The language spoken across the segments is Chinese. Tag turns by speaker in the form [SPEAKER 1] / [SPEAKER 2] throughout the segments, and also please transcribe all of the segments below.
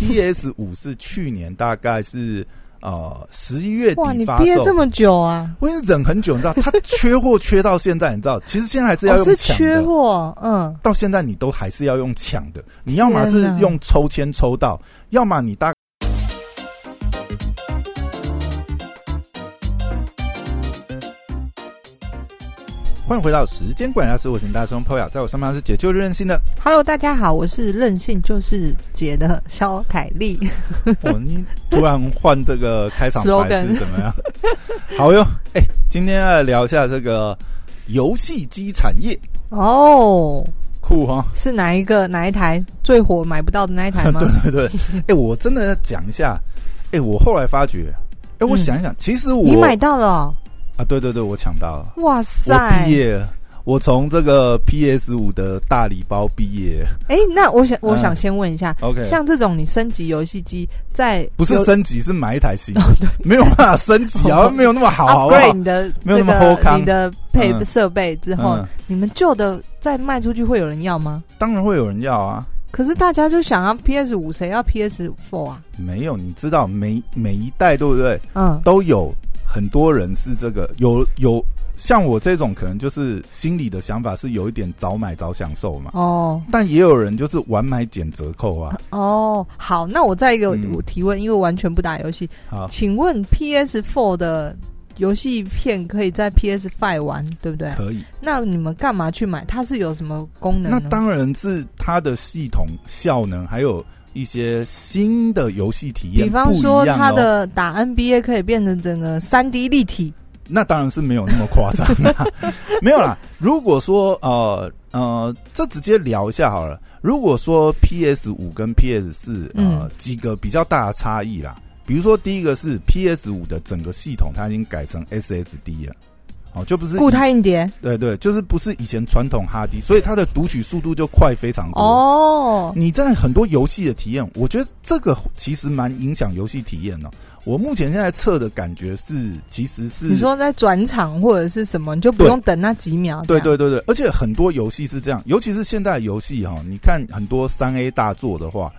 [SPEAKER 1] PS 五是去年大概是呃十一月
[SPEAKER 2] 哇，
[SPEAKER 1] 底
[SPEAKER 2] 你
[SPEAKER 1] 发
[SPEAKER 2] 憋
[SPEAKER 1] 售
[SPEAKER 2] 这。么久啊？
[SPEAKER 1] 我已经忍很久，你知道，它缺货缺到现在，你 知道，其实现在还是
[SPEAKER 2] 我
[SPEAKER 1] 要用
[SPEAKER 2] 哦是
[SPEAKER 1] 抢
[SPEAKER 2] 缺
[SPEAKER 1] 的，
[SPEAKER 2] 货，嗯，
[SPEAKER 1] 到现在你都还是要用抢的。你要么是
[SPEAKER 2] 天哪
[SPEAKER 1] 用抽签抽到，要么你大欢迎回到时间管家，是我群大松 POYA，在我身旁是解救任性的
[SPEAKER 2] Hello，大家好，我是任性就是姐的肖凯丽。
[SPEAKER 1] 哦，你突然换这个开场白
[SPEAKER 2] Slogan
[SPEAKER 1] 是怎么样？好哟，哎、今天要聊一下这个游戏机产业，
[SPEAKER 2] 哦，
[SPEAKER 1] 酷哈、
[SPEAKER 2] 是哪一个哪一台最火买不到的那一台吗？
[SPEAKER 1] 对对对，哎、我真的要讲一下，哎、我后来发觉，哎、我
[SPEAKER 2] 嗯
[SPEAKER 1] 想一想，其实我
[SPEAKER 2] 你买到了哦、
[SPEAKER 1] 啊，对对对，我抢到了，
[SPEAKER 2] 哇
[SPEAKER 1] 我
[SPEAKER 2] 塞
[SPEAKER 1] 毕！业了。我从这个 PS 五的大礼包毕业
[SPEAKER 2] 哎、那我想我
[SPEAKER 1] 嗯
[SPEAKER 2] 想先问一下，
[SPEAKER 1] ，OK，
[SPEAKER 2] 像这种你升级游戏机在
[SPEAKER 1] 不是
[SPEAKER 2] 有
[SPEAKER 1] 升级，是买一台新
[SPEAKER 2] 哦
[SPEAKER 1] 的，没有办法升 级啊，没有那么好，好不
[SPEAKER 2] upgrade
[SPEAKER 1] 好？
[SPEAKER 2] 你的
[SPEAKER 1] 没有
[SPEAKER 2] 这
[SPEAKER 1] 那么好
[SPEAKER 2] 个
[SPEAKER 1] 看
[SPEAKER 2] 你的配
[SPEAKER 1] 嗯
[SPEAKER 2] 设备之后，
[SPEAKER 1] 嗯，
[SPEAKER 2] 你们旧的再卖出去会有人要吗？
[SPEAKER 1] 当然会有人要啊，
[SPEAKER 2] 可是大家就想要 PS 五，谁要 PS Four 啊？
[SPEAKER 1] 没有，你知道每每一代对不对，
[SPEAKER 2] 嗯，
[SPEAKER 1] 都有很多人是这个有有像我这种可能就是心里的想法是有一点早买早享受嘛，
[SPEAKER 2] 哦
[SPEAKER 1] 但也有人就是晚买减折扣啊。
[SPEAKER 2] 哦，好，那我再一个
[SPEAKER 1] 嗯
[SPEAKER 2] 我提问，因为我完全不打游戏，
[SPEAKER 1] 好，
[SPEAKER 2] 请问 PS Four 的游戏片可以在 PS Five 玩，对不对？
[SPEAKER 1] 可以。
[SPEAKER 2] 那你们干嘛去买？它是有什么功能
[SPEAKER 1] 那
[SPEAKER 2] 呢？
[SPEAKER 1] 当然是它的系统效能，还有一些新的游戏体验，
[SPEAKER 2] 比方说，
[SPEAKER 1] 不一样哦
[SPEAKER 2] 它的打 NBA 可以变成整个三 D 立体，
[SPEAKER 1] 那当然是没有那么夸张啦， 没有啦。如果说呃呃，这直接聊一下好了。如果说 PS 五跟 PS 四呃
[SPEAKER 2] 嗯
[SPEAKER 1] 几个比较大的差异啦，比如说第一个是 PS 五的整个系统它已经改成 SSD 了，哦，就不是
[SPEAKER 2] 固
[SPEAKER 1] 以
[SPEAKER 2] 态硬碟。
[SPEAKER 1] 对对，就是不是以前传统哈迪，所以它的读取速度就快非常多。
[SPEAKER 2] 哦，
[SPEAKER 1] 你在很多游戏的体验，我觉得这个其实蛮影响游戏体验的、我目前现在测的感觉是，其实是
[SPEAKER 2] 你说在转场或者是什么，你就不
[SPEAKER 1] 对
[SPEAKER 2] 用等那几秒。
[SPEAKER 1] 对，对对对，而且很多游戏是这样，尤其是现代游戏哈，你看很多三 A 大作的话，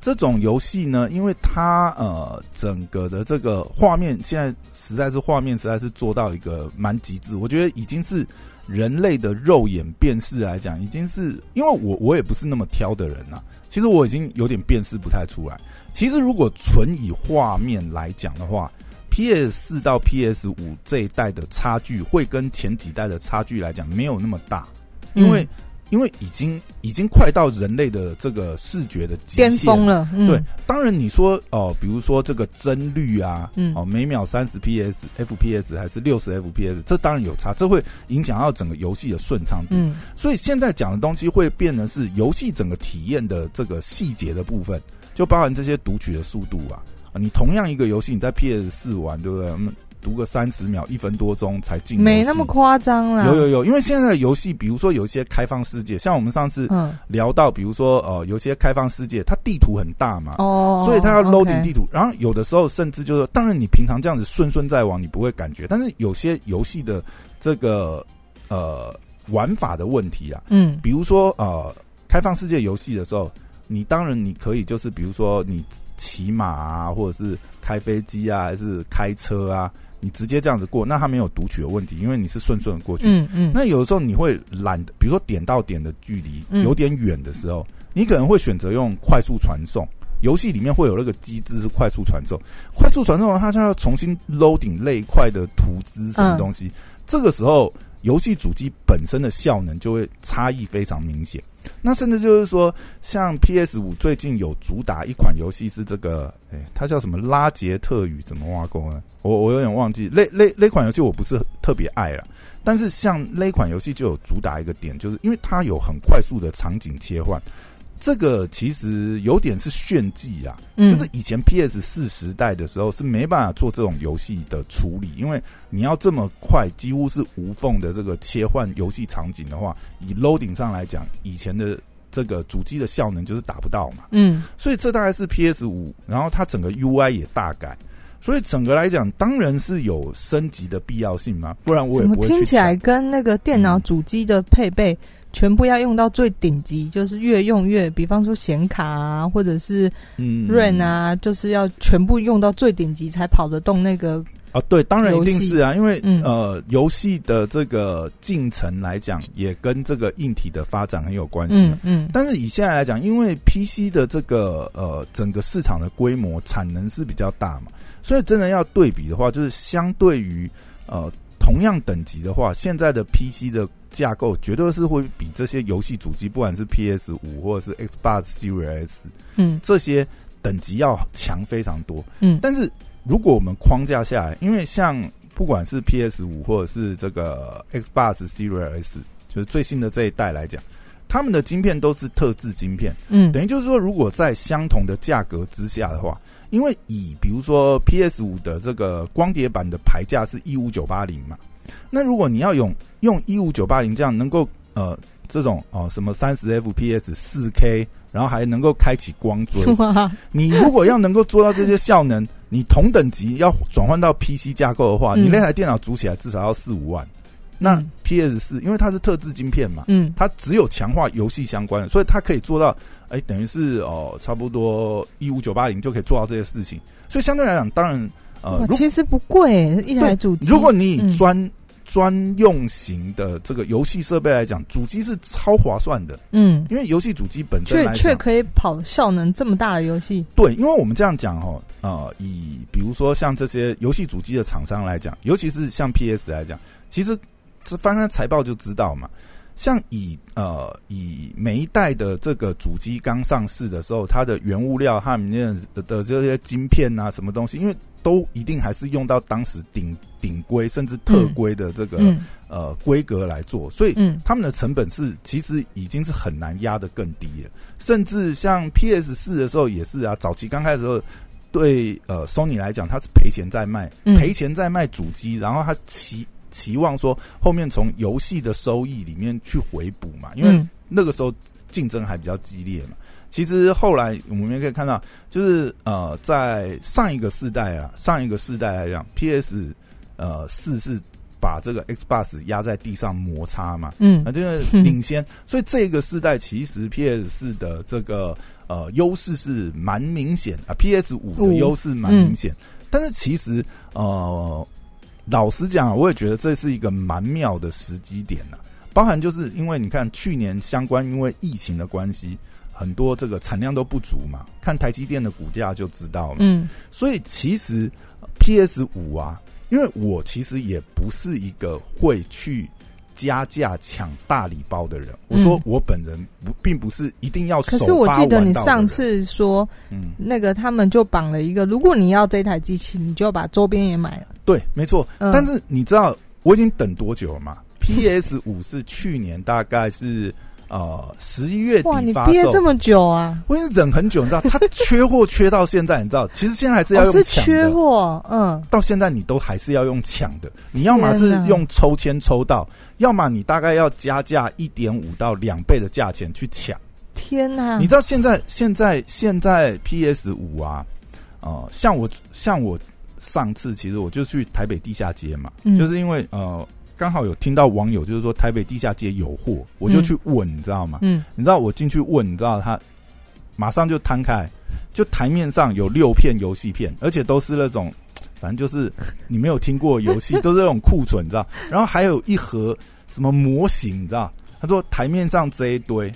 [SPEAKER 1] 这种游戏呢，因为它呃整个的这个画面现在实在是画面实在是做到一个蛮极致，我觉得已经是人类的肉眼辨识来讲，已经是因为我我也不是那么挑的人呐、其实我已经有点辨识不太出来。其实如果纯以画面来讲的话，PS 四到 PS 五这一代的差距，会跟前几代的差距来讲没有那么大，
[SPEAKER 2] 嗯
[SPEAKER 1] 因为、因为已经已经快到人类的这个视觉的极
[SPEAKER 2] 巅
[SPEAKER 1] 限
[SPEAKER 2] 峰。了。嗯
[SPEAKER 1] 啊对，当然你说哦、比如说这个帧率啊，
[SPEAKER 2] 嗯
[SPEAKER 1] 哦，每秒三十 PS、FPS 还是六十 FPS，这当然有差，这会影响到整个游戏的顺畅度。
[SPEAKER 2] 嗯，
[SPEAKER 1] 所以现在讲的东西会变成是游戏整个体验的这个细节的部分，就包含这些读取的速度啊。啊你同样一个游戏，你在 PS 四玩，对不对？嗯，读个三十秒、一分多钟才进游戏，
[SPEAKER 2] 嗯没那么夸张啦。
[SPEAKER 1] 有有有，因为现在的游戏，比如说有一些开放世界，像我们上次
[SPEAKER 2] 嗯
[SPEAKER 1] 聊到，比如说呃，有些开放世界，它地图很大嘛，
[SPEAKER 2] 哦，
[SPEAKER 1] 所以它要 loading
[SPEAKER 2] OK
[SPEAKER 1] 地图，然后有的时候甚至就是，当然你平常这样子顺顺在往，你不会感觉，但是有些游戏的这个呃玩法的问题啊，
[SPEAKER 2] 嗯
[SPEAKER 1] 比如说呃开放世界游戏的时候，你当然你可以就是比如说你骑马啊，或者是开飞机啊，还是开车啊，你直接这样子过，那它没有读取的问题，因为你是顺顺的过去。
[SPEAKER 2] 嗯嗯，
[SPEAKER 1] 那有的时候你会懒得，比如说点到点的距离
[SPEAKER 2] 嗯
[SPEAKER 1] 有点远的时候，你可能会选择用快速传送。游戏里面会有那个机制是快速传送，快速传送的话，它就要重新 loading 那一块的图资什么东西。这个时候，游戏主机本身的效能就会差异非常明显。那甚至就是说，像 PS 五最近有主打一款游戏是这个，哎、它叫什么拉杰特语怎么挖沟呢？我我有点忘记，那那那款游戏我不是特别爱啦，但是像那款游戏就有主打一个点，就是因为它有很快速的场景切换，这个其实有点是炫技啊。
[SPEAKER 2] 嗯
[SPEAKER 1] 就是以前 PS 四时代的时候是没办法做这种游戏的处理，因为你要这么快，几乎是无缝的这个切换游戏场景的话，以 loading 上来讲，以前的这个主机的效能就是达不到嘛。
[SPEAKER 2] 嗯
[SPEAKER 1] 所以这大概是 PS 五，然后它整个 UI 也大改。所以整个来讲，当然是有升级的必要性嘛，不然我
[SPEAKER 2] 怎
[SPEAKER 1] 也
[SPEAKER 2] 么
[SPEAKER 1] 不会去
[SPEAKER 2] 听起
[SPEAKER 1] 想
[SPEAKER 2] 来跟那个电脑主机的配备全部要用到最顶级，就是越用越，比方说显卡啊，或者是
[SPEAKER 1] 嗯
[SPEAKER 2] RAM 啊，就是要全部用到最顶级才跑得动那个。
[SPEAKER 1] 啊，对，当然一定是啊，因为、
[SPEAKER 2] 嗯
[SPEAKER 1] 呃，游戏的这个进程来讲，也跟这个硬体的发展很有关系。
[SPEAKER 2] 嗯嗯
[SPEAKER 1] 但是以现在来讲，因为 PC 的这个呃整个市场的规模产能是比较大嘛，所以真的要对比的话，就是相对于呃同样等级的话，现在的 PC 的架构绝对是会比这些游戏主机，不管是 PS 五或者是 Xbox Series S
[SPEAKER 2] 嗯
[SPEAKER 1] 这些等级要强非常多。
[SPEAKER 2] 嗯
[SPEAKER 1] 但是如果我们框架下来，因为像不管是 PS 五或者是这个 Xbox Series S，就是最新的这一代来讲，他们的晶片都是特制晶片，
[SPEAKER 2] 嗯，
[SPEAKER 1] 等于就是说，如果在相同的价格之下的话，因为以比如说 PS 五的这个光碟版的牌价是一五九八零嘛，那如果你要用用一五九八零这样能够呃这种哦、什么三十 FPS 四 K，然后还能够开启光追，
[SPEAKER 2] 哇，
[SPEAKER 1] 你如果要能够做到这些效能，你同等级要转换到 PC 架构的话，你
[SPEAKER 2] 嗯
[SPEAKER 1] 那台电脑组起来至少要四五万。那
[SPEAKER 2] 嗯
[SPEAKER 1] PS 四，因为它是特制晶片嘛，
[SPEAKER 2] 嗯
[SPEAKER 1] 它只有强化游戏相关的，所以它可以做到，哎、等于是哦，差不多一五九八零就可以做到这些事情。所以相对来讲，当然，呃
[SPEAKER 2] 哇，
[SPEAKER 1] 如
[SPEAKER 2] 其实不贵，一台主机。
[SPEAKER 1] 如果你以
[SPEAKER 2] 嗯
[SPEAKER 1] 专专用型的这个游戏设备来讲，主机是超划算的，
[SPEAKER 2] 嗯，
[SPEAKER 1] 因为游戏主机本身
[SPEAKER 2] 却
[SPEAKER 1] 来讲
[SPEAKER 2] 却可以跑效能这么大的游戏。
[SPEAKER 1] 对，因为我们这样讲哦，呃，以比如说像这些游戏主机的厂商来讲，尤其是像 PS 来讲，其实这翻看财报就知道嘛。像以呃以每一代的这个主机刚上市的时候，它的原物料它里面的的这些晶片啊，什么东西，因为都一定还是用到当时顶顶规甚至特规的这个、
[SPEAKER 2] 嗯
[SPEAKER 1] 呃规格来做，所以
[SPEAKER 2] 嗯
[SPEAKER 1] 他们的成本是其实已经是很难压得更低了，甚至像 PS 四的时候也是啊，早期刚开始的时候，对呃 Sony 来讲，它是赔钱在卖，
[SPEAKER 2] 嗯
[SPEAKER 1] 赔钱在卖主机，然后它期期望说后面从游戏的收益里面去回补嘛，因为
[SPEAKER 2] 嗯
[SPEAKER 1] 那个时候竞争还比较激烈嘛。其实后来我们也可以看到，就是呃，在上一个世代啊，上一个世代来讲，PS 呃四是把这个 Xbox 压在地上摩擦嘛，
[SPEAKER 2] 嗯
[SPEAKER 1] 啊，这个领先，所以这个世代其实 PS 四的这个呃优势是蛮明显啊，PS 五的优势蛮明显，但是其实呃，老实讲，我也觉得这是一个蛮妙的时机点呐、包含就是因为你看去年相关因为疫情的关系，很多这个产量都不足嘛，看台积电的股价就知道了，
[SPEAKER 2] 嗯
[SPEAKER 1] 所以其实 PS 五啊，因为我其实也不是一个会去加价抢大礼包的人。我说我本人不，并不是一定要首
[SPEAKER 2] 嗯可
[SPEAKER 1] 发
[SPEAKER 2] 是我记得
[SPEAKER 1] 玩
[SPEAKER 2] 你
[SPEAKER 1] 到的
[SPEAKER 2] 上
[SPEAKER 1] 人，
[SPEAKER 2] 次说
[SPEAKER 1] 嗯，
[SPEAKER 2] 那个他们就绑了一个，如果你要这台机器，你就要把周边也买了。
[SPEAKER 1] 对，没错。
[SPEAKER 2] 嗯
[SPEAKER 1] 但是你知道我已经等多久了吗？PS 五是去年大概是呃十一月
[SPEAKER 2] 哇，
[SPEAKER 1] 底
[SPEAKER 2] 你
[SPEAKER 1] 发
[SPEAKER 2] 憋
[SPEAKER 1] 售
[SPEAKER 2] 这。么久啊？
[SPEAKER 1] 我已经忍很久，你知道，它缺货缺到现在，你知道，其实现在还是要
[SPEAKER 2] 我
[SPEAKER 1] 用
[SPEAKER 2] 哦是
[SPEAKER 1] 抢
[SPEAKER 2] 缺
[SPEAKER 1] 的
[SPEAKER 2] 货，嗯
[SPEAKER 1] 到现在你都还是要用抢的，你要么是
[SPEAKER 2] 天哪
[SPEAKER 1] 用抽签抽到，要么你大概要加价一点五到两倍的价钱去抢。，
[SPEAKER 2] 天哪、
[SPEAKER 1] 你知道现在现在现在 PS 五啊，呃，像我像我上次其实我就去台北地下街嘛，
[SPEAKER 2] 嗯
[SPEAKER 1] 就是因为呃刚好有听到网友就是说台北地下街有货，我就去问，你知道吗？
[SPEAKER 2] 嗯，
[SPEAKER 1] 你知道我进去问，你知道他马上就摊开，就台面上有六片游戏片，而且都是那种，反正就是你没有听过的游戏，都是那种库存，你知道？然后还有一盒什么模型，你知道？他说台面上这一堆，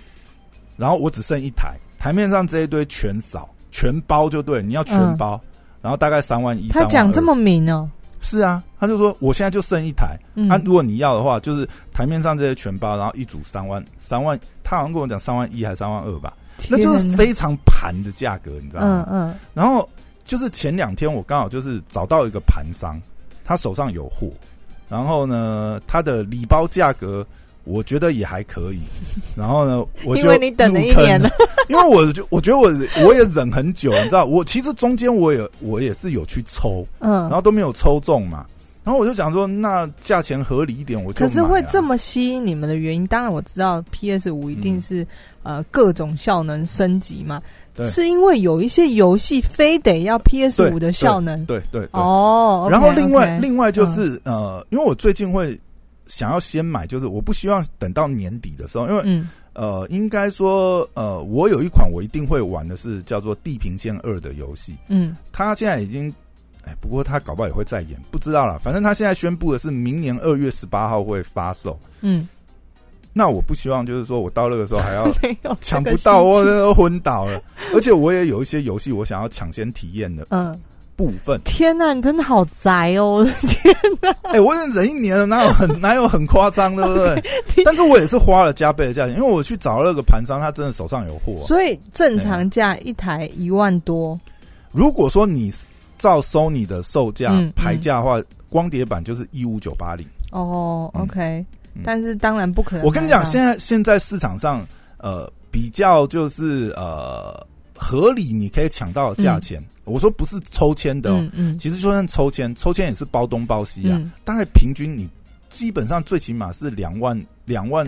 [SPEAKER 1] 然后我只剩一台，台面上这一堆全扫全包就对，你要全包，然后大概三万一。
[SPEAKER 2] 他讲这
[SPEAKER 1] 3万二
[SPEAKER 2] 么明哦、
[SPEAKER 1] 是啊，他就说我现在就剩一台，
[SPEAKER 2] 嗯、
[SPEAKER 1] 啊，如果你要的话，就是台面上这些全包，然后一组三万，三万，他好像跟我讲三万一还是三万二吧，那
[SPEAKER 2] 天
[SPEAKER 1] 就是
[SPEAKER 2] 哪
[SPEAKER 1] 非常盘的价格，你知道
[SPEAKER 2] 嗯
[SPEAKER 1] 吗？
[SPEAKER 2] 嗯
[SPEAKER 1] 然后就是前两天我刚好就是找到一个盘商，他手上有货，然后呢，他的礼包价格我觉得也还可 以，然后呢，我就
[SPEAKER 2] 因为你等了一年了
[SPEAKER 1] 入坑了，因为我就我觉得我我也忍很久，你知道，我其实中间我也我也是有去抽，然
[SPEAKER 2] 嗯，
[SPEAKER 1] 后都没有抽中嘛。然后我就想说，那价钱合理一点，我就、
[SPEAKER 2] 可
[SPEAKER 1] 买
[SPEAKER 2] 是会这
[SPEAKER 1] 啊
[SPEAKER 2] 么吸引你们的原因，当然我知道 PS 五一定
[SPEAKER 1] 嗯
[SPEAKER 2] 是、呃各种效能升级嘛，
[SPEAKER 1] 对
[SPEAKER 2] 是因为有一些游戏非得要 PS 五的效能
[SPEAKER 1] 对对对。
[SPEAKER 2] 哦。嗯
[SPEAKER 1] 然后另外
[SPEAKER 2] OK，OK
[SPEAKER 1] 另外就是、呃，因为我最近会想要先买，就是我不希望等到年底的时候，因为、
[SPEAKER 2] 嗯
[SPEAKER 1] 呃，应该说呃，我有一款我一定会玩的是叫做《地平线二》的游戏，
[SPEAKER 2] 嗯
[SPEAKER 1] 它现在已经。哎，不过它搞不好也会再演，不知道啦。反正它现在宣布的是明年二月十八号会发售。
[SPEAKER 2] 嗯，
[SPEAKER 1] 那我不希望就是说我到那个时候还要
[SPEAKER 2] 没有
[SPEAKER 1] 抢
[SPEAKER 2] 这
[SPEAKER 1] 不
[SPEAKER 2] 个
[SPEAKER 1] 到，
[SPEAKER 2] 事
[SPEAKER 1] 我
[SPEAKER 2] 情
[SPEAKER 1] 都昏倒了。而且我也有一些游戏我想要抢先体验的
[SPEAKER 2] 嗯，
[SPEAKER 1] 部 分。
[SPEAKER 2] 天呐，你真的好宅哦！
[SPEAKER 1] 哎、我忍忍一年了，哪有很哪有很夸张，对不 对？但是我也是花了加倍的价钱，因为我去找那个盘商，他真的手上有货、
[SPEAKER 2] 所以正常价一台一万多，
[SPEAKER 1] 如果说你照 Sony 的售价
[SPEAKER 2] 嗯嗯
[SPEAKER 1] 牌价的话，光碟版就是一五九八零。
[SPEAKER 2] 哦
[SPEAKER 1] 嗯
[SPEAKER 2] ，OK，
[SPEAKER 1] 嗯
[SPEAKER 2] 但是当然不可能买到。
[SPEAKER 1] 我跟你讲，现在现在市场上，呃，比较就是呃合理，你可以抢到的价钱。我说不是抽签的、哦，
[SPEAKER 2] 嗯嗯
[SPEAKER 1] 其实就算抽签，抽签也是包东包西啊。
[SPEAKER 2] 嗯
[SPEAKER 1] 大概平均你基本上最起码是两万、两 万、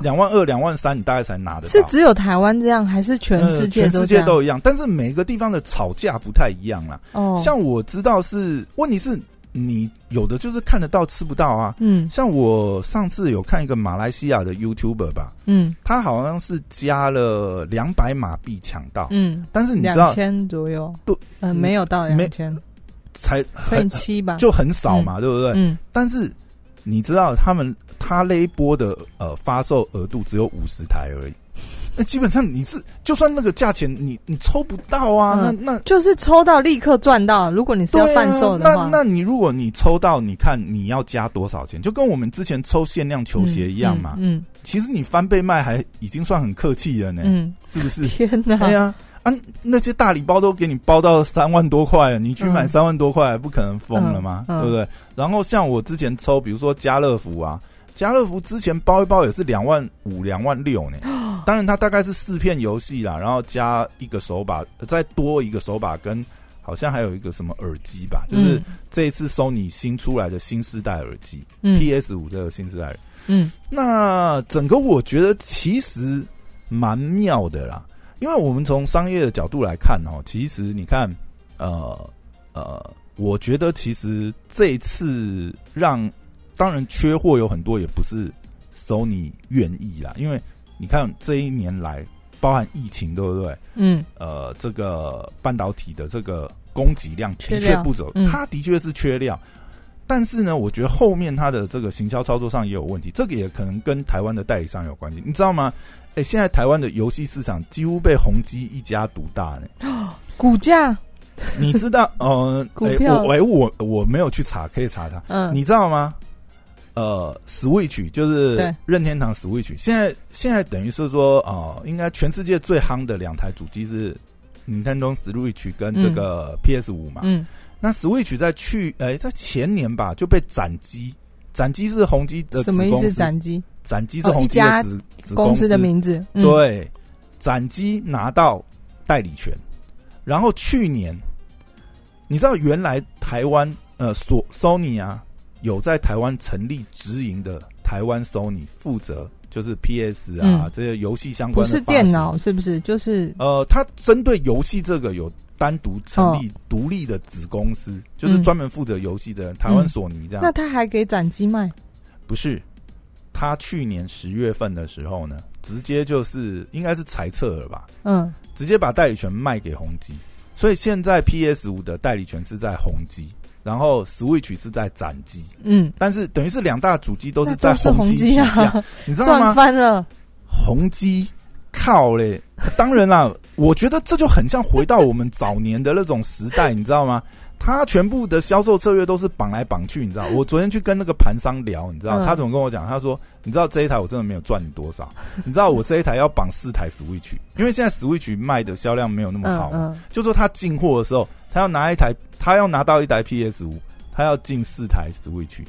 [SPEAKER 1] 两万二、两万三，你大概才拿得到。
[SPEAKER 2] 是只有台湾这样，还是全
[SPEAKER 1] 呃
[SPEAKER 2] 世界
[SPEAKER 1] 全
[SPEAKER 2] 都
[SPEAKER 1] 世界
[SPEAKER 2] 这样？
[SPEAKER 1] 都一样，但是每个地方的吵架不太一样啦。
[SPEAKER 2] 哦，
[SPEAKER 1] 像我知道是，问题是你有的就是看得到吃不到啊。
[SPEAKER 2] 嗯
[SPEAKER 1] 像我上次有看一个马来西亚的 YouTuber 吧，
[SPEAKER 2] 嗯
[SPEAKER 1] 他好像是加了两百马币抢到，
[SPEAKER 2] 嗯，
[SPEAKER 1] 但是你知
[SPEAKER 2] 两
[SPEAKER 1] 道
[SPEAKER 2] 千左右，
[SPEAKER 1] 都
[SPEAKER 2] 呃没有到
[SPEAKER 1] 没
[SPEAKER 2] 两千，
[SPEAKER 1] 才
[SPEAKER 2] 乘以
[SPEAKER 1] 很
[SPEAKER 2] 七吧，
[SPEAKER 1] 就很少嘛，对不对？
[SPEAKER 2] 嗯
[SPEAKER 1] 但是你知道他们他那一波的呃发售额度只有五十台而 已，那基本上你是就算那个价钱你你抽不到啊，
[SPEAKER 2] 嗯
[SPEAKER 1] 那那。
[SPEAKER 2] 就是抽到立刻赚到，如果你是
[SPEAKER 1] 对
[SPEAKER 2] 要
[SPEAKER 1] 啊，
[SPEAKER 2] 贩售的话，
[SPEAKER 1] 那那你如果你抽到，你看你要加多少钱，就跟我们之前抽限量球鞋一样嘛。
[SPEAKER 2] 嗯
[SPEAKER 1] 其实你翻倍卖还已经算很客气了呢，
[SPEAKER 2] 嗯，
[SPEAKER 1] 是不是
[SPEAKER 2] 嗯？天
[SPEAKER 1] 对
[SPEAKER 2] 哪，
[SPEAKER 1] 呀、啊，那些大礼包都给你包到三万多块了，你去买
[SPEAKER 2] 嗯
[SPEAKER 1] 三万多块，不可能疯了吗？
[SPEAKER 2] 嗯嗯
[SPEAKER 1] 对不对？然后像我之前抽，比如说家乐福啊，家乐福之前包一包也是两万五、两万六 呢。当然，它大概是四片游戏啦，然后加一个手把，呃再多一个手把跟。好像还有一个什么耳机吧，就是这一次 Sony 新出来的新世代耳机、
[SPEAKER 2] 嗯
[SPEAKER 1] PS 五这个新世代耳机
[SPEAKER 2] 嗯
[SPEAKER 1] 那整个我觉得其实蛮妙的啦，因为我们从商业的角度来看哦，其实你看，呃呃，我觉得其实这一次让当然缺货有很多也不是 Sony 愿意啦，因为你看这一年来，包含疫情对不对？
[SPEAKER 2] 嗯
[SPEAKER 1] 呃，这个半导体的这个供给量
[SPEAKER 2] 缺
[SPEAKER 1] 的
[SPEAKER 2] 料
[SPEAKER 1] 确不走，
[SPEAKER 2] 嗯
[SPEAKER 1] 它的确是缺料。但是呢，我觉得后面它的这个行销操作上也有问题，这个也可能跟台湾的代理商有关系，你知道吗？哎、现在台湾的游戏市场几乎被宏基一家独大呢。
[SPEAKER 2] 股价，
[SPEAKER 1] 你知道，呃，
[SPEAKER 2] 股
[SPEAKER 1] 诶
[SPEAKER 2] 票
[SPEAKER 1] 我哎、我我没有去查，可以查查。
[SPEAKER 2] 嗯，
[SPEAKER 1] 你知道吗？呃，Switch 就是
[SPEAKER 2] 对
[SPEAKER 1] 任天堂 Switch，现在现在等于是说，呃，应该全世界最夯的两台主机是 Nintendo Switch 跟这个 PS 五嘛。
[SPEAKER 2] 嗯
[SPEAKER 1] 那 Switch 在去，哎、在前年吧就被斩击，斩击是宏基的
[SPEAKER 2] 什么意
[SPEAKER 1] 斩
[SPEAKER 2] 思？斩击
[SPEAKER 1] 斩击是宏基
[SPEAKER 2] 哦
[SPEAKER 1] 的
[SPEAKER 2] 一家
[SPEAKER 1] 子子
[SPEAKER 2] 公
[SPEAKER 1] 公
[SPEAKER 2] 司的名字，嗯，
[SPEAKER 1] 对，斩击拿到代理权，然后去年，你知道原来台湾呃索 Sony 啊有在台湾成立直营的台湾 Sony 负责就是 PS 啊、
[SPEAKER 2] 嗯
[SPEAKER 1] 这些游戏相
[SPEAKER 2] 不
[SPEAKER 1] 关的
[SPEAKER 2] 是
[SPEAKER 1] 发行
[SPEAKER 2] 电脑，是不是？就是
[SPEAKER 1] 呃，它针对游戏这个有单独成立独立的子公司，就是
[SPEAKER 2] 嗯
[SPEAKER 1] 专门负责游戏的台湾
[SPEAKER 2] 嗯
[SPEAKER 1] 索尼这样。
[SPEAKER 2] 那他还给斩鸡卖，
[SPEAKER 1] 不是，他去年十月份的时候呢，直接就是应该是裁撤了吧，
[SPEAKER 2] 嗯
[SPEAKER 1] 直接把代理权卖给宏基，所以现在 PS 五的代理权是在宏基，然后 Switch 是在展机，
[SPEAKER 2] 嗯，
[SPEAKER 1] 但是等于是两大主机都
[SPEAKER 2] 那
[SPEAKER 1] 是在
[SPEAKER 2] 是
[SPEAKER 1] 宏
[SPEAKER 2] 宏
[SPEAKER 1] 基旗
[SPEAKER 2] 基
[SPEAKER 1] 下，
[SPEAKER 2] 啊，
[SPEAKER 1] 你知道
[SPEAKER 2] 赚
[SPEAKER 1] 吗？
[SPEAKER 2] 翻了，
[SPEAKER 1] 宏基靠嘞， 当然啦，我觉得这就很像回到我们早年的那种时代，你知道吗？他全部的销售策略都是绑来绑去，你知道？我昨天去跟那个盘商聊，你知道
[SPEAKER 2] 嗯
[SPEAKER 1] 他怎么跟我讲？他说：“你知道这一台我真的没有赚你多少，你知道我这一台要绑四台 Switch，因为现在 Switch 卖的销量没有那么
[SPEAKER 2] 嗯
[SPEAKER 1] 好嘛，
[SPEAKER 2] 嗯，
[SPEAKER 1] 就说他进货的时候，他要拿一台，他要拿到一台 PS 五，他要进四台 Switch，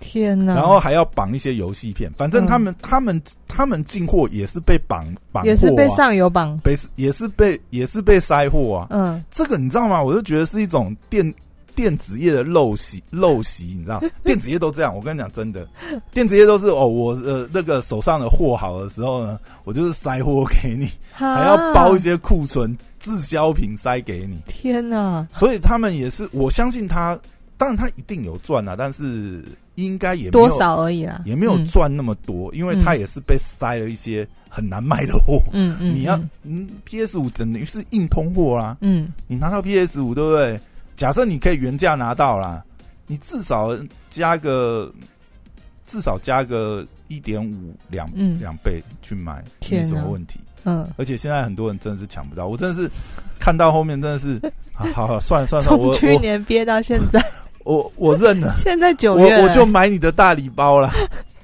[SPEAKER 2] 天哪，
[SPEAKER 1] 然后还要绑一些游戏片。反
[SPEAKER 2] 嗯
[SPEAKER 1] 正他们、他们他们进货也是被绑绑货、啊，
[SPEAKER 2] 也是被上游榜，
[SPEAKER 1] 被也是被也是被塞货啊。
[SPEAKER 2] 嗯
[SPEAKER 1] 这个你知道吗？我就觉得是一种电电子业的陋习陋习，你知 道，电子业都这样。我跟你讲，真的，电子业都是哦，我呃那个手上的货好的时候呢，我就是塞货给你，还要包一
[SPEAKER 2] 啊
[SPEAKER 1] 些库存滞销品塞给你。
[SPEAKER 2] 天哪，
[SPEAKER 1] 所以他们也是，我相信他，当然他一定有赚啊，但是应该也没
[SPEAKER 2] 多
[SPEAKER 1] 有
[SPEAKER 2] 少而已啦，
[SPEAKER 1] 也没有
[SPEAKER 2] 嗯
[SPEAKER 1] 赚那么多，因为它也是被塞了一些很难卖的货。
[SPEAKER 2] 嗯嗯，
[SPEAKER 1] 你要
[SPEAKER 2] 嗯
[SPEAKER 1] 嗯，PS 五等于是硬通货啦，
[SPEAKER 2] 嗯
[SPEAKER 1] 你拿到 PS 五对不对？假设你可以原价拿到啦，你至少加个至少加个一点五两
[SPEAKER 2] 嗯
[SPEAKER 1] 两倍去买，
[SPEAKER 2] 天
[SPEAKER 1] 没
[SPEAKER 2] 啊
[SPEAKER 1] 什么问题。
[SPEAKER 2] 嗯，
[SPEAKER 1] 而且现在很多人真的是抢不到，我真的是看到后面真的是，啊、好好算了算了，算了
[SPEAKER 2] 从
[SPEAKER 1] 我
[SPEAKER 2] 去年憋到现 在，
[SPEAKER 1] 我我我认了。
[SPEAKER 2] 现在九
[SPEAKER 1] 我
[SPEAKER 2] 月了
[SPEAKER 1] 我就买你的大礼包啦。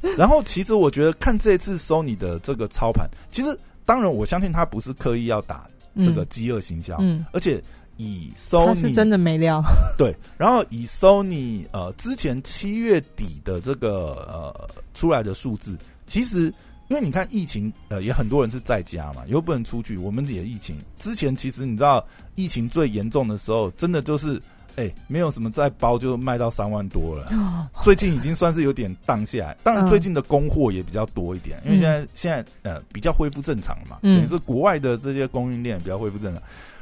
[SPEAKER 1] 然后其实我觉得看这次收你的这个操盘，其实当然我相信他不是刻意要打这个饥饿行销，
[SPEAKER 2] 嗯，嗯
[SPEAKER 1] 而且以
[SPEAKER 2] 他是
[SPEAKER 1] Sony
[SPEAKER 2] 真的没料，
[SPEAKER 1] 对，然后以 Sony 呃之前七月底的这个呃出来的数字，其实因为你看疫情呃也很多人是在家嘛，又不能出去，我们也疫情之前其实你知道疫情最严重的时候，真的就是。哎、没有什么再包就卖到三万多了， 最近已经算是有点荡下来，当然
[SPEAKER 2] 嗯
[SPEAKER 1] 最近的供货也比较多一点，因为
[SPEAKER 2] 嗯
[SPEAKER 1] 现在现在呃比较恢复正常了嘛，
[SPEAKER 2] 嗯
[SPEAKER 1] 等于是国外的这些供应链比较恢复正常。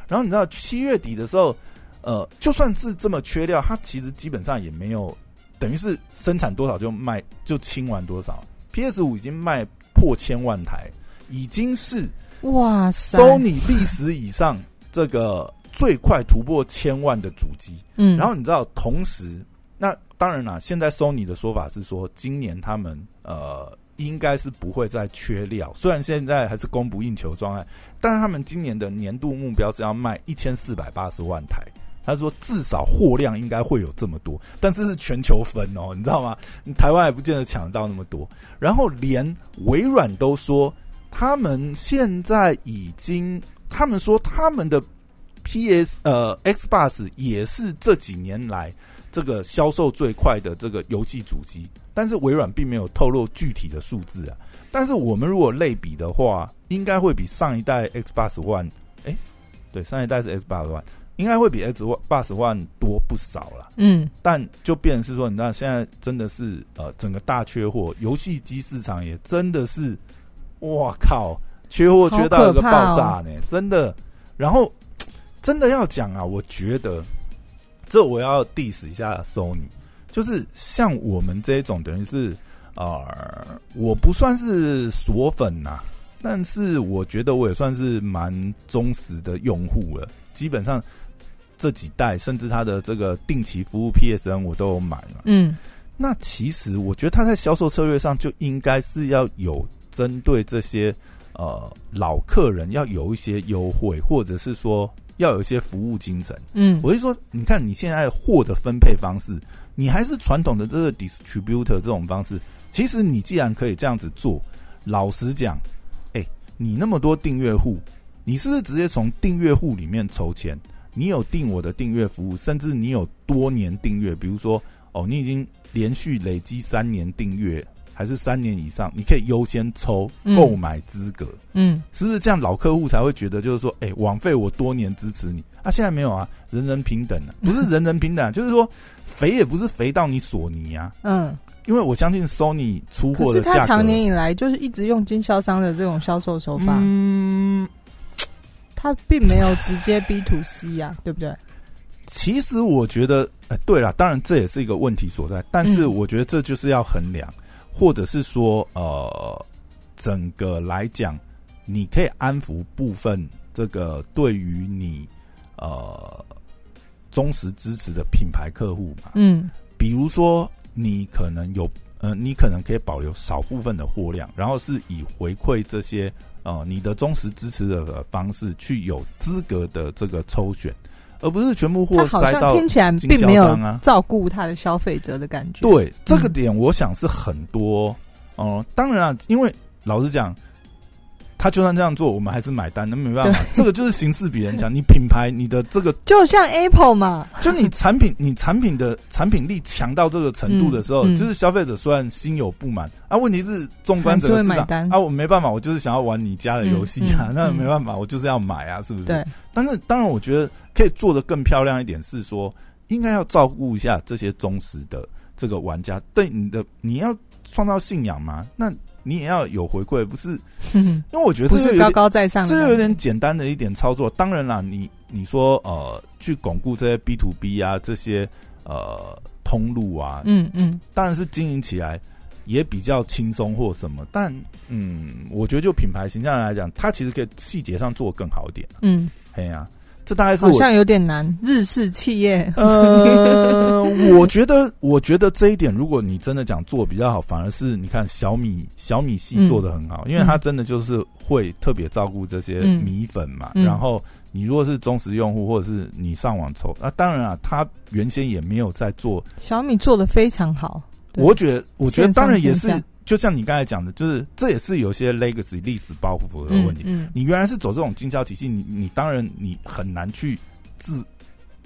[SPEAKER 1] 然后你知道七月底的时候，呃，就算是这么缺料，它其实基本上也没有，等于是生产多少就卖就清完多少。PS 五已经卖破千万台，已经是
[SPEAKER 2] 哇塞，
[SPEAKER 1] Sony 历史以上这个最快突破千万的主机。
[SPEAKER 2] 嗯，
[SPEAKER 1] 然后你知道，同时，那当然啦，现在 Sony 的说法是说，今年他们呃应该是不会再缺料，虽然现在还是供不应求状态，但是他们今年的年度目标是要卖一千四百八十万台。他说：“至少货量应该会有这么多，但这是全球分哦，你知道吗？你台湾也不见得抢得到那么多。然后连微软都说，他们现在已经，他们说他们的 PS 呃 Xbox 也是这几年来这个销售最快的这个游戏主机，但是微软并没有透露具体的数字啊。但是我们如果类比的话，应该会比上一代 Xbox One，哎、对，上一代是 Xbox One，应该会比 Xbox One 多不少啦。
[SPEAKER 2] 嗯
[SPEAKER 1] 但就变成是说，你知道现在真的是呃，整个大缺货，游戏机市场也真的是，哇靠，缺货缺到一个爆炸呢、真的。然后真的要讲啊，我觉得这我要 diss 一下 Sony，就是像我们这种等于是呃，我不算是锁粉呐、但是我觉得我也算是蛮忠实的用户了，基本上。这几代，甚至它的这个定期服务 PSN 我都有买嘛。
[SPEAKER 2] 嗯
[SPEAKER 1] 那其实我觉得它在销售策略上就应该是要有针对这些呃老客人要有一些优惠，或者是说要有一些服务精神。
[SPEAKER 2] 嗯，
[SPEAKER 1] 我是说，你看你现在货的分配方式，你还是传统的这个 distributor 这种方式。其实你既然可以这样子做，老实讲，哎、你那么多订阅户，你是不是直接从订阅户里面抽签？你有订我的订阅服务，甚至你有多年订阅，比如说哦，你已经连续累积三年订阅，还是三年以上，你可以优先抽
[SPEAKER 2] 嗯
[SPEAKER 1] 购买资格。
[SPEAKER 2] 嗯
[SPEAKER 1] 是不是这样老客户才会觉得就是说，哎、枉费我多年支持你啊？现在没有啊，人人平等啊，不是人人平等啊、就是说肥也不是肥到你索尼啊，
[SPEAKER 2] 嗯，
[SPEAKER 1] 因为我相信 Sony 出
[SPEAKER 2] 可
[SPEAKER 1] 货
[SPEAKER 2] 是
[SPEAKER 1] 的价
[SPEAKER 2] 他
[SPEAKER 1] 格，
[SPEAKER 2] 常年以来就是一直用经销商的这种销售手法，
[SPEAKER 1] 嗯，
[SPEAKER 2] 他并没有直接 B to C 呀，对不对？
[SPEAKER 1] 其实我觉得，呃，对了，当然这也是一个问题所在，但是
[SPEAKER 2] 嗯
[SPEAKER 1] 我觉得这就是要衡量，或者是说，呃，整个来讲，你可以安抚部分这个对于你呃忠实支持的品牌客户嘛，
[SPEAKER 2] 嗯
[SPEAKER 1] 比如说你可能有，呃，你可能可以保留少部分的货量，然后是以回馈这些呃你的忠实支持者的方式去有资格的这个抽选，而不是全部货
[SPEAKER 2] 他好
[SPEAKER 1] 塞
[SPEAKER 2] 像
[SPEAKER 1] 到
[SPEAKER 2] 听起来
[SPEAKER 1] 经
[SPEAKER 2] 并
[SPEAKER 1] 销
[SPEAKER 2] 没有嗯
[SPEAKER 1] 商啊。
[SPEAKER 2] 照顾他的消费者的感觉。，
[SPEAKER 1] 对这个点，我想是很多哦、当然啊，因为老实讲，他就算这样做，我们还是买单，那没办法，这个就是形式比人强。你品牌，你的这个
[SPEAKER 2] 就像 Apple 嘛，
[SPEAKER 1] 就你产品，你产品的产品力强到这个程度的时候，
[SPEAKER 2] 嗯嗯
[SPEAKER 1] 就是消费者虽然心有不满啊，问题是纵观整个市
[SPEAKER 2] 嗯还是会买
[SPEAKER 1] 场
[SPEAKER 2] 单
[SPEAKER 1] 啊，我没办法，我就是想要玩你家的游戏啊，
[SPEAKER 2] 嗯嗯
[SPEAKER 1] 那
[SPEAKER 2] 嗯
[SPEAKER 1] 没办法，我就是要买啊，是不是？
[SPEAKER 2] 对。，
[SPEAKER 1] 但是当然，我觉得可以做的更漂亮一点，是说应该要照顾一下这些忠实的这个玩家，对你的你要创造信仰嘛，那你也要有回馈，不是？
[SPEAKER 2] 嗯
[SPEAKER 1] 因为我觉得
[SPEAKER 2] 不
[SPEAKER 1] 这个有
[SPEAKER 2] 是
[SPEAKER 1] 点
[SPEAKER 2] 高高在上的感觉，
[SPEAKER 1] 这有点简单的一点操作。当然啦，你你说呃，去巩固这些 B to B 啊，这些呃同通路啊，
[SPEAKER 2] 嗯嗯，
[SPEAKER 1] 当然是经营起来也比较轻松或什么，但嗯，我觉得就品牌形象来讲，它其实可以细节上做得更好一点。
[SPEAKER 2] 嗯，
[SPEAKER 1] 哎呀、这大概是
[SPEAKER 2] 好
[SPEAKER 1] 我
[SPEAKER 2] 像有点难。日式企业，
[SPEAKER 1] 呃，我觉得，我觉得这一点，如果你真的讲做比较好，反而是你看小米小米系做的很好，因为它真的就是会特别照顾这些
[SPEAKER 2] 嗯
[SPEAKER 1] 米粉嘛。
[SPEAKER 2] 嗯
[SPEAKER 1] 然后你如果是忠实用户，或者是你上网抽，那、当然啊，它原先也没有在做。
[SPEAKER 2] 小米做的非常好。对
[SPEAKER 1] 我觉得，我觉得
[SPEAKER 2] 线上
[SPEAKER 1] 当然也
[SPEAKER 2] 线
[SPEAKER 1] 是
[SPEAKER 2] 下，
[SPEAKER 1] 就像你刚才讲的，就是这也是有一些 legacy 历史包袱的
[SPEAKER 2] 嗯
[SPEAKER 1] 问题。
[SPEAKER 2] 嗯
[SPEAKER 1] 你原来是走这种经销体系，你你当然你很难去自，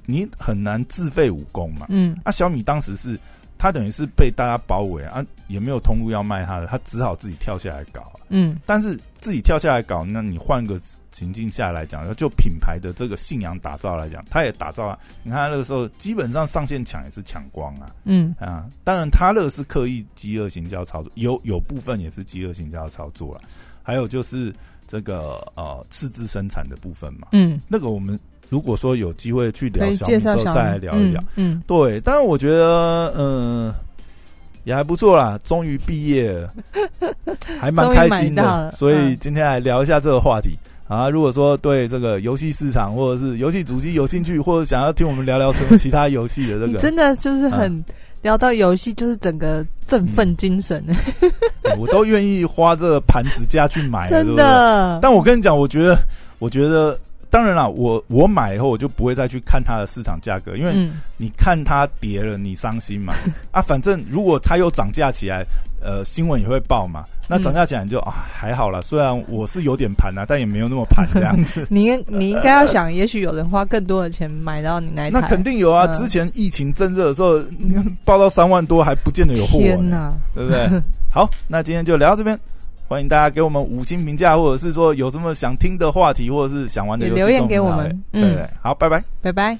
[SPEAKER 1] 你很难自废武功嘛。
[SPEAKER 2] 嗯
[SPEAKER 1] 啊，小米当时是，他等于是被大家包围啊，也没有通路要卖他的，他只好自己跳下来搞、啊。
[SPEAKER 2] 嗯
[SPEAKER 1] 但是自己跳下来搞，那你换个情境下来讲，就品牌的这个信仰打造来讲，他也打造啊。你看他那个时候，基本上上线抢也是抢光啊
[SPEAKER 2] 嗯
[SPEAKER 1] 啊！当然，他那个是刻意饥饿行销操作，有有部分也是饥饿行销操作了、还有就是这个呃赤字生产的部分嘛，
[SPEAKER 2] 嗯，
[SPEAKER 1] 那个我们如果说有机会去
[SPEAKER 2] 可
[SPEAKER 1] 聊
[SPEAKER 2] 以
[SPEAKER 1] 小米
[SPEAKER 2] 介
[SPEAKER 1] 的时
[SPEAKER 2] 绍
[SPEAKER 1] 候，
[SPEAKER 2] 小
[SPEAKER 1] 再来
[SPEAKER 2] 米
[SPEAKER 1] 聊一聊。。
[SPEAKER 2] 嗯，
[SPEAKER 1] 对，但是我觉得，嗯、也还不错啦，终于毕业了，还蛮开
[SPEAKER 2] 终于
[SPEAKER 1] 心
[SPEAKER 2] 买到
[SPEAKER 1] 的
[SPEAKER 2] 了。
[SPEAKER 1] 所以
[SPEAKER 2] 嗯
[SPEAKER 1] 今天来聊一下这个话题。啊，如果说对这个游戏市场或者是游戏主机有兴趣，或者想要听我们聊聊什么其他游戏的这
[SPEAKER 2] 你
[SPEAKER 1] 个，嗯
[SPEAKER 2] 真的就是很聊到游戏，就是整个振奋精神，
[SPEAKER 1] 哎我都愿意花这个盘子价去买了，对
[SPEAKER 2] 真
[SPEAKER 1] 不哎对？
[SPEAKER 2] 的。
[SPEAKER 1] 但我跟你讲，我觉得，我觉得，当然啦，我我买以后我就不会再去看它的市场价格，因为
[SPEAKER 2] 嗯。
[SPEAKER 1] 你看它跌了，你伤心嘛？啊，反正如果它又涨价起来，呃，新闻也会报嘛。那涨价起来你就啊还好啦，虽然我是有点盘啊，但也没有那么盘这样子
[SPEAKER 2] 你 应你应该要想，也许有人花更多的钱买到你那一台。
[SPEAKER 1] 那肯定有啊，
[SPEAKER 2] 嗯
[SPEAKER 1] 之前疫情正热的时候，嗯报到三万多还不见得有货啊
[SPEAKER 2] 天
[SPEAKER 1] 呢，对
[SPEAKER 2] 哪！
[SPEAKER 1] 不对？好，那今天就聊到这边。欢迎大家给我们五星评价，或者是说有什么想听的话题，或者是想玩的
[SPEAKER 2] 也
[SPEAKER 1] 游戏，
[SPEAKER 2] 留言
[SPEAKER 1] 跟
[SPEAKER 2] 给
[SPEAKER 1] 我
[SPEAKER 2] 我
[SPEAKER 1] 们
[SPEAKER 2] 们
[SPEAKER 1] 讨论对不对
[SPEAKER 2] 嗯，
[SPEAKER 1] 好，拜拜。
[SPEAKER 2] 拜拜。